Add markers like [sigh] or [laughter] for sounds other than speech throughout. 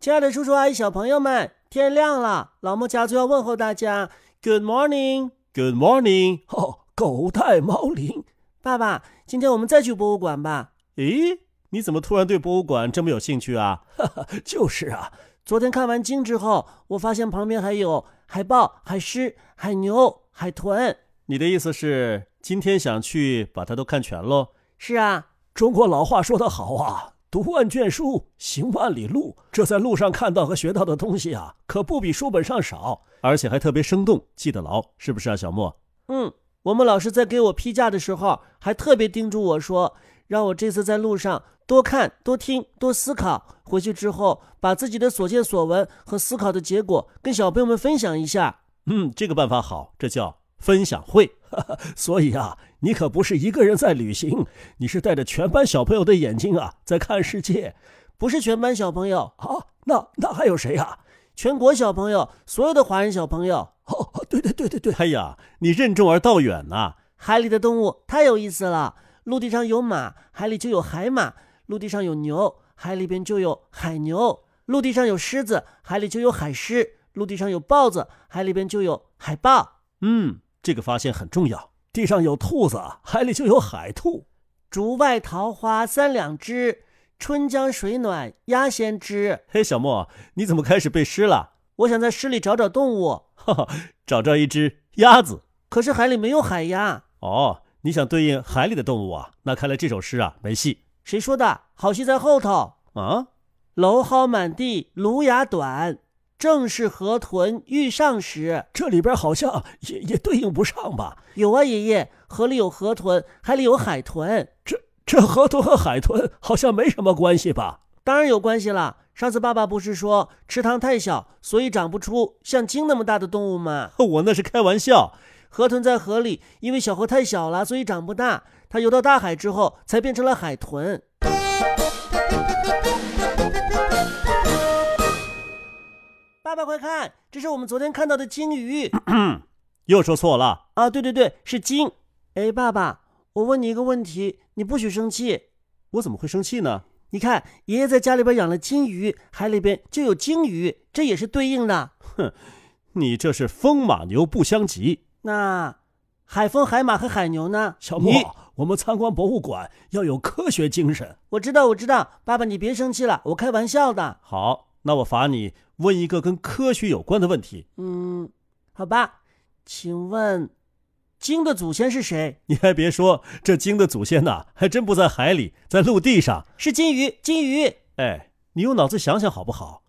亲爱的叔叔阿姨、小朋友们，天亮了，老莫家族要问候大家。Good morning，Good morning。哦，狗带猫铃。爸爸，今天我们再去博物馆吧。咦，你怎么突然对博物馆这么有兴 [laughs] 趣啊？哈哈，就是啊，昨天看完鲸之后，我发现旁边还有海豹、海狮、海牛、海豚。你的意思是今天想去把它都看全喽？是啊，中国老话说得好啊。读万卷书，行万里路。这在路上看到和学到的东西啊，可不比书本上少，而且还特别生动，记得牢，是不是啊，小莫？嗯，我们老师在给我批假的时候，啊还特别叮嘱我说，让我这次在路上多看、多听、多思考，回去之后把自己的所见所闻和思考的结果跟小朋友们分享一下。嗯，这个办法好，这叫分享会。所以啊，你可不是一个人在旅行，你是带着全班小朋友的眼睛啊，在看世界。不是全班小朋友哦啊，那那还有谁啊？全国小朋友，所有的华人小朋友。哦，对对对对对。哎呀，你任重而道远呐、啊！海里的动物太有意思了，陆地上有马，海里就有海马；陆地上有牛，海里边就有海牛；陆地上有狮子，海里就有海狮；陆地上有豹子，海里边就有海豹。嗯。这个发现很重要。地上有兔子，海里就有海兔。竹外桃花三两枝，春江水暖鸭先知。嘿，小莫，你怎么开始背诗了？我想在诗里找找动物，哈哈，找着一只鸭子。可是海里没有海鸭。哦，你想对应海里的动物啊？那看来这首诗啊没戏。谁说的？好戏在后头啊！蒌蒿满地芦芽短。正是河豚欲上时，这里边好像也也对应不上吧？有啊，爷爷，河里有河豚，海里有海豚。这这河豚和海豚好像没什么关系吧？当然有关系啦！上次爸爸不是说池塘太小，所以长不出像鲸那么大的动物吗？我那是开玩笑。河豚在河里，因为小河太小了，所以长不大。它游到大海之后，才变成了海豚。爸爸，快看，这是我们昨天看到的鲸鱼。又说错了啊！对对对，是鲸。哎，爸爸，我问你一个问题，你不许生气。我怎么会生气呢？你看，爷爷在家里边养了金鱼，海里边就有鲸鱼，这也是对应的。哼，你这是风马牛不相及。那海风、海马和海牛呢？小莫，我们参观博物馆要有科学精神。我知道，我知道，爸爸，你别生气了，我开玩笑的。好，那我罚你。问一个跟科学有关的问题。嗯，好吧，请问，鲸的祖先是谁？你还别说，这鲸的祖先呐、啊，还真不在海里，在陆地上。是金鱼，金鱼。哎，你用脑子想想好不好？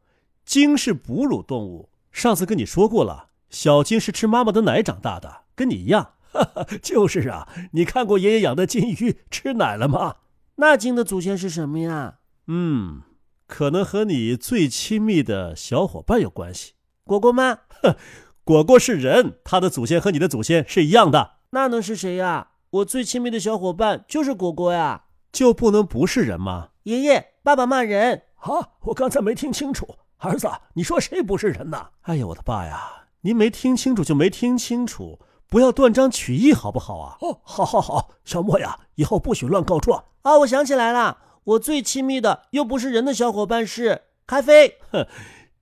鲸是哺乳动物，上次跟你说过了，小鲸是吃妈妈的奶长大的，跟你一样。 [laughs] 哈哈，就是啊，你看过爷爷养的金鱼吃奶了吗？那鲸的祖先是什么呀？嗯。可能和你最亲密的小伙伴有关系，果果吗？哼，果果是人，他的祖先和你的祖先是一样的。那能是谁呀、啊？我最亲密的小伙伴就是果果呀、啊，就不能不是人吗？爷爷，爸爸骂人啊！我刚才没听清楚，儿子，你说谁不是人呐？哎呀，我的爸呀，您没听清楚就没听清楚，不要断章取义好不好啊？哦，好好好，小莫呀，以后不许乱告状啊！我想起来了。我最亲密的又不是人的小伙伴是咖啡。哼，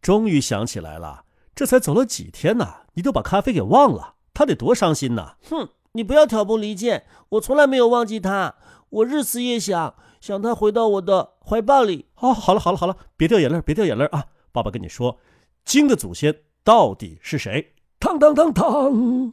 终于想起来了，这才走了几天呢、啊，你都把咖啡给忘了，他得多伤心呐！哼，你不要挑拨离间，我从来没有忘记他，我日思夜想，想他回到我的怀抱里。哦，好了好了好了，别掉眼泪，别掉眼泪啊！爸爸跟你说，鲸的祖先到底是谁？当当当当！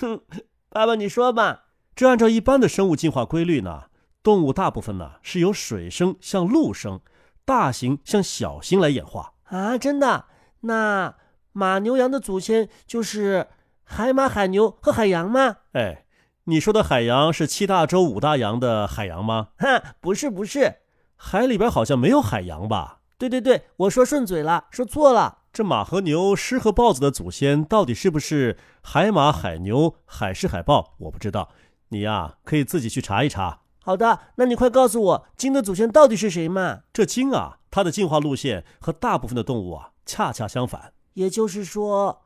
哼， [laughs] 爸爸你说吧。这按照一般的生物进化规律呢？动物大部分呢、啊、是由水生向陆生、大型向小型来演化啊！真的？那马牛羊的祖先就是海马、海牛和海洋吗？哎，你说的海洋是七大洲五大洋的海洋吗？哼，不是，不是，海里边好像没有海洋吧？对对对，我说顺嘴了，说错了。这马和牛、狮和豹子的祖先到底是不是海马、海牛、海狮、海豹？我不知道，你呀、啊、可以自己去查一查。好的，那你快告诉我鲸的祖先到底是谁嘛？这鲸啊，它的进化路线和大部分的动物啊恰恰相反。也就是说，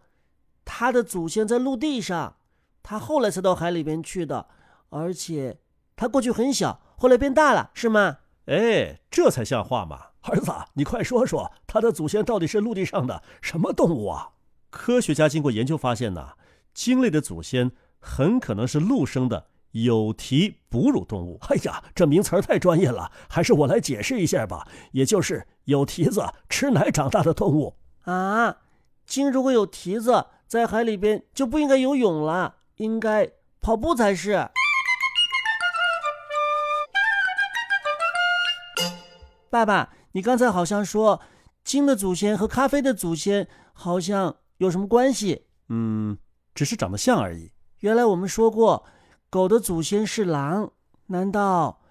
它的祖先在陆地上，它后来才到海里边去的，而且它过去很小，后来变大了，是吗？哎，这才像话嘛！儿子，你快说说，他的祖先到底是陆地上的什么动物啊？科学家经过研究发现呐，鲸类的祖先很可能是陆生的有蹄哺乳动物。哎呀，这名词儿太专业了，还是我来解释一下吧。也就是有蹄子、吃奶长大的动物。啊，鲸如果有蹄子，在海里边就不应该游泳了，应该跑步才是。爸爸，你刚才好像说，鲸的祖先和咖啡的祖先好像有什么关系？嗯，只是长得像而已。原来我们说过，狗的祖先是狼，难道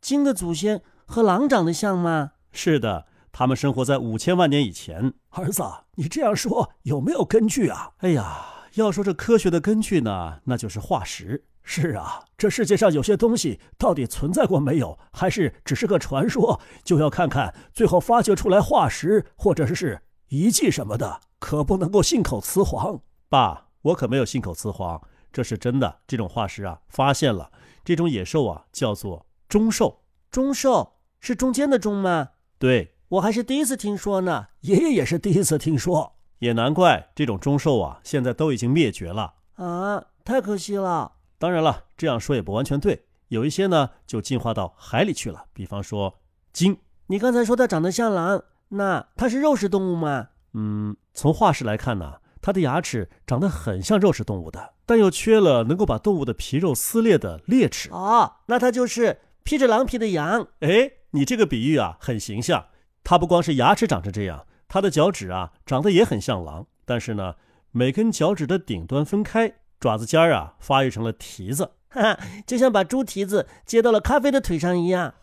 鲸的祖先和狼长得像吗？是的，它们生活在五千万年以前。儿子，你这样说有没有根据啊？哎呀，要说这科学的根据呢，那就是化石。是啊，这世界上有些东西到底存在过没有，还是只是个传说，就要看看最后发掘出来化石或者是遗迹什么的，可不能够信口雌黄。爸，我可没有信口雌黄，这是真的。这种化石啊，发现了这种野兽啊，叫做中兽。中兽是中间的中吗？对，我还是第一次听说呢。爷爷也是第一次听说。也难怪这种中兽啊，现在都已经灭绝了。啊，太可惜了。当然了，这样说也不完全对，有一些呢就进化到海里去了，比方说鲸。你刚才说它长得像狼，那它是肉食动物吗？嗯，从化石来看呢、它的牙齿长得很像肉食动物的，但又缺了能够把动物的皮肉撕裂的裂齿。哦，那它就是披着狼皮的羊。哎，你这个比喻啊很形象。它不光是牙齿长成这样，它的脚趾啊长得也很像狼，但是呢，每根脚趾的顶端分开，爪子尖儿啊发育成了蹄子。哈哈，就像把猪蹄子接到了咖啡的腿上一 [laughs] 样。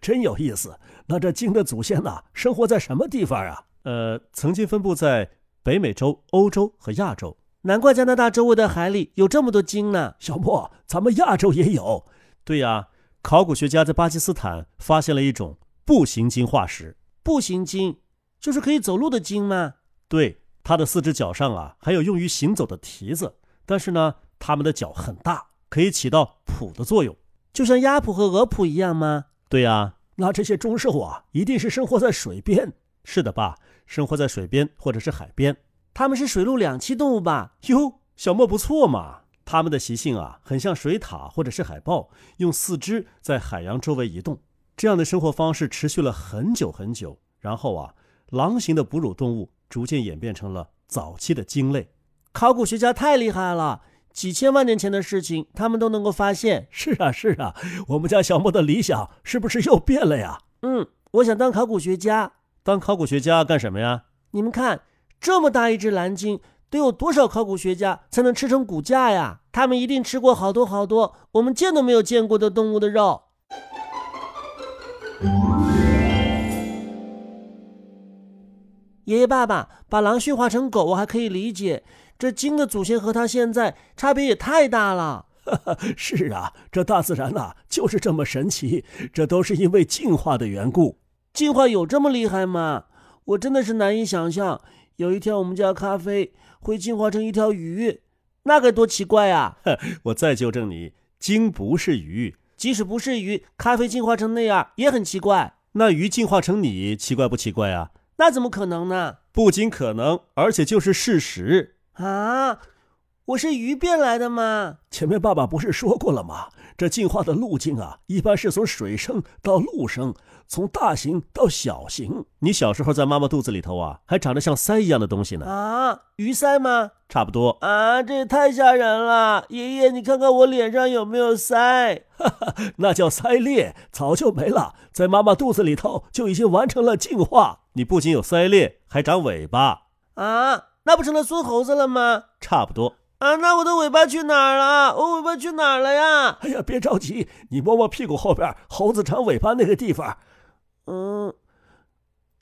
真有意思。那这鲸的祖先呐、生活在什么地方啊？呃，曾经分布在北美洲、欧洲和亚洲。难怪加拿大周围的海里有这么多鲸呢。小莫，咱们亚洲也有。对呀、考古学家在巴基斯坦发现了一种步行鲸化石。步行鲸就是可以走路的鲸吗？对，它的四只脚上啊还有用于行走的蹄子，但是呢，它们的脚很大，可以起到蹼的作用。就像鸭蹼和鹅蹼一样吗？对啊呀、那这些中兽啊，一定是生活在水边。是的，爸，生活在水边或者是海边。它们是水陆两栖动物吧？哟，小莫不错嘛。它们的习性啊，很像水獭或者是海豹，用四肢在海洋周围移动。这样的生活方式持续了很久很久。然后啊，狼形的哺乳动物逐渐演变成了早期的鲸类。考古学家太厉害了，几千万年前的事情他们都能够发现。是啊，是啊，我们家小莫的理想是不是又变了呀？嗯，我想当考古学家。当考古学家干什么呀？你们看，这么大一只蓝鲸，得有多少考古学家才能吃成骨架呀？他们一定吃过好多好多我们见都没有见过的动物的肉。爷爷、爸爸把狼驯化成狗，我还可以理解。这鲸的祖先和它现在差别也太大了。是啊，这大自然呐、就是这么神奇，这都是因为进化的缘故。进化有这么厉害吗？我真的是难以想象，有一天我们家咖啡会进化成一条鱼，那该多奇怪啊！我再纠正你，鲸不是鱼，即使不是鱼，咖啡进化成那样也很奇怪，那鱼进化成你，奇怪不奇怪啊？那怎么可能呢？不仅可能，而且就是事实。啊，我是鱼变来的吗？前面爸爸不是说过了吗？这进化的路径啊，一般是从水生到陆生，从大型到小型。你小时候在妈妈肚子里头啊，还长得像鳃一样的东西呢，啊，鱼鳃吗？差不多。啊，这也太吓人了！爷爷，你看看我脸上有没有鳃？那叫鳃裂，早就没了，在妈妈肚子里头就已经完成了进化。你不仅有鳃裂，还长尾巴，啊，那不成了孙猴子了吗？差不多。啊，那我的尾巴去哪儿了？我尾巴去哪儿了呀？哎呀，别着急，你摸摸屁股后边猴子长尾巴那个地方，嗯，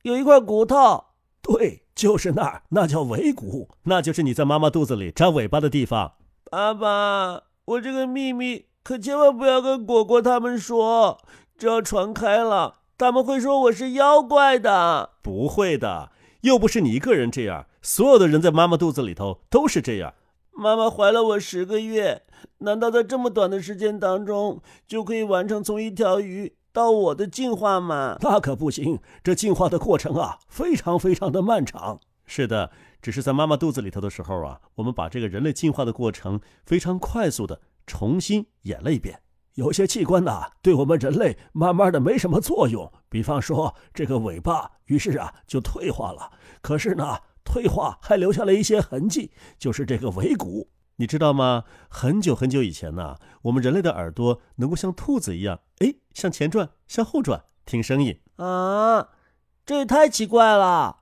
有一块骨头。对，就是那儿，那叫尾骨。那就是你在妈妈肚子里长尾巴的地方。爸爸，我这个秘密可千万不要跟果果他们说，只要传开了，他们会说我是妖怪的。不会的，又不是你一个人这样，所有的人在妈妈肚子里头都是这样。妈妈怀了我十个月，难道在这么短的时间当中就可以完成从一条鱼到我的进化嘛。那可不行，这进化的过程啊，非常非常的漫长。是的，只是在妈妈肚子里头的时候啊，我们把这个人类进化的过程非常快速的重新演了一遍。有些器官呐、对我们人类慢慢的没什么作用，比方说这个尾巴，于是啊就退化了。可是呢，退化还留下了一些痕迹，就是这个尾骨。你知道吗？很久很久以前呐，我们人类的耳朵能够像兔子一样，哎，向前转，向后转，听声音。啊，这也太奇怪了。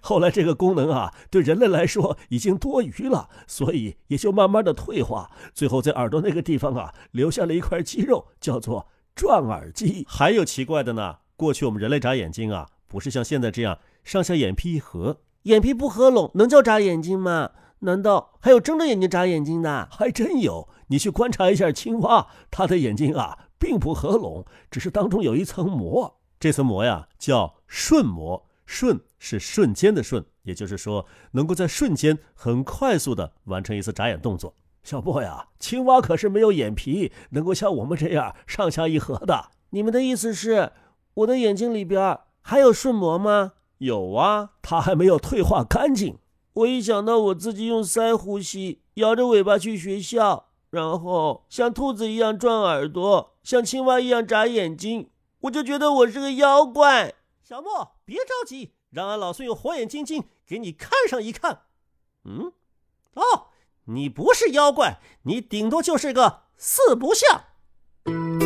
后来这个功能啊，对人类来说已经多余了，所以也就慢慢的退化，最后在耳朵那个地方啊，留下了一块肌肉，叫做转耳肌。还有奇怪的呢，过去我们人类眨眼睛啊，不是像现在这样上下眼皮一合，眼皮不合拢能叫眨眼睛吗？难道还有睁着眼睛眨眼睛的？还真有，你去观察一下青蛙，它的眼睛啊，并不合拢，只是当中有一层膜。这层膜呀叫瞬膜，瞬是瞬间的瞬，也就是说能够在瞬间很快速的完成一次眨眼动作。小波呀，青蛙可是没有眼皮，能够像我们这样上下一合的。你们的意思是，我的眼睛里边儿还有瞬膜吗？有啊，它还没有退化干净。我一想到我自己用鳃呼吸，摇着尾巴去学校，然后像兔子一样转耳朵，像青蛙一样眨眼睛，我就觉得我是个妖怪。小莫，别着急，让俺老孙用火眼金睛给你看上一看。嗯，哦，你不是妖怪，你顶多就是个四不像。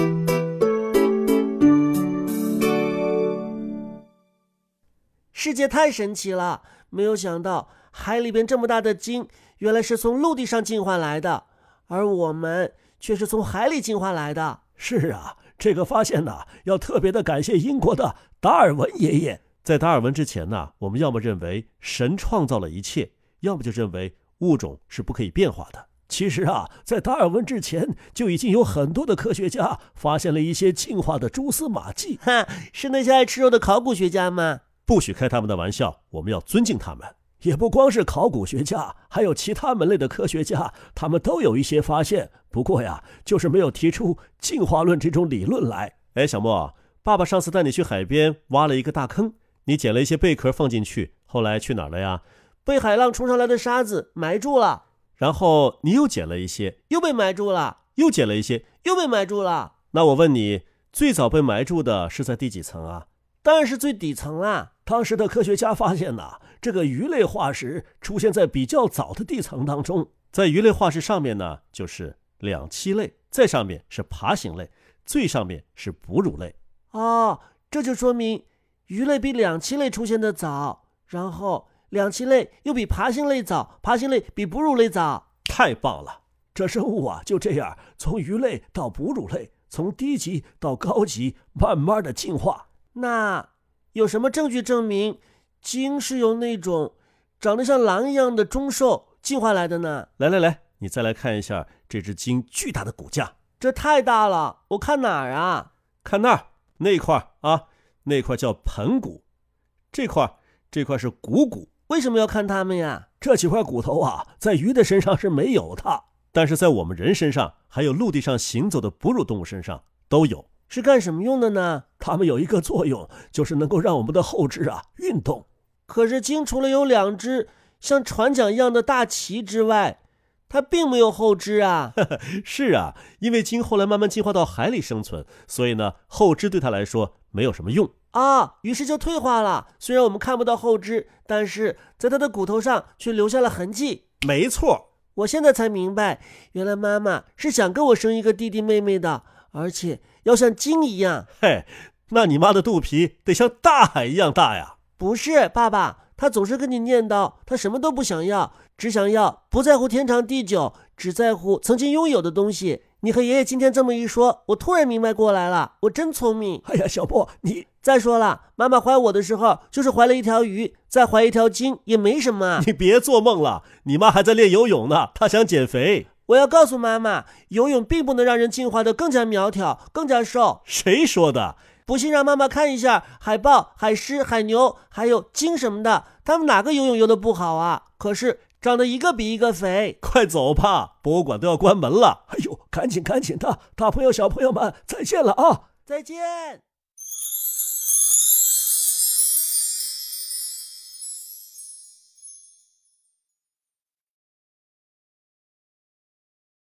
世界太神奇了，没有想到海里边这么大的鲸，原来是从陆地上进化来的，而我们却是从海里进化来的。 [laughs] 是啊，这个发现呐、要特别的感谢英国的达尔文爷爷。在达尔文之前呢，我们要么认为神创造了一切，要么就认为物种是不可以变化的。其实啊，在达尔文之前就已经有很多的科学家发现了一些进化的蛛丝马迹。哈，是那些爱吃肉的考古学家吗？不许开他们的玩笑，我们要尊敬他们。也不光是考古学家，还有其他门类的科学家，他们都有一些发现。不过呀，就是没有提出进化论这种理论来。哎，小莫，爸爸上次带你去海边挖了一个大坑，你捡了一些贝壳放进去，后来去哪儿了呀？被海浪冲上来的沙子埋住了，然后你又捡了一些，又被埋住了，又捡了一些。又被埋住了，那我问你，最早被埋住的是在第几层啊？当然是最底层啦。当时的科学家发现呐、这个鱼类化石出现在比较早的地层当中。在鱼类化石上面呢，就是两栖类，再上面是爬行类，最上面是哺乳类。哦，这就说明鱼类比两栖类出现的早，然后两栖类又比爬行类早，爬行类比哺乳类早。太棒了！这生物啊，就这样从鱼类到哺乳类，从低级到高级，慢慢的进化。那有什么证据证明鲸是由那种长得像狼一样的中兽进化来的呢？来来来，你再来看一下这只鲸巨大的骨架，这太大了，我看哪儿啊？看那儿那块儿啊，那块儿叫盆骨，这块儿这块儿是股骨，为什么要看它们呀？这几块骨头啊，在鱼的身上是没有的。但是在我们人身上，还有陆地上行走的哺乳动物身上都有。是干什么用的呢？它们有一个作用，就是能够让我们的后肢啊运动。可是鲸除了有两只像船桨一样的大鳍之外，它并没有后肢啊。是啊，因为鲸后来慢慢进化到海里生存，所以呢，后肢对它来说没有什么用。啊，于是就退化了。虽然我们看不到后肢，但是在它的骨头上却留下了痕迹。没错，我现在才明白，原来妈妈是想给我生一个弟弟妹妹的，而且要像鲸一样。嘿，那你妈的肚皮得像大海一样大呀！不是，爸爸，他总是跟你念叨，他什么都不想要，只想要不在乎天长地久，只在乎曾经拥有的东西。你和爷爷今天这么一说，我突然明白过来了，我真聪明。哎呀，小波，你再说了，妈妈怀我的时候就是怀了一条鱼，再怀一条鲸也没什么啊。你别做梦了，你妈还在练游泳呢，她想减肥。我要告诉妈妈，游泳并不能让人进化的更加苗条、更加瘦。谁说的？不信，让妈妈看一下海豹、海狮、海牛，还有鲸什么的，它们哪个游泳游的不好啊？可是长得一个比一个肥。快走吧，博物馆都要关门了。哎呦，赶紧赶紧的，大朋友小朋友们，再见了啊！再见。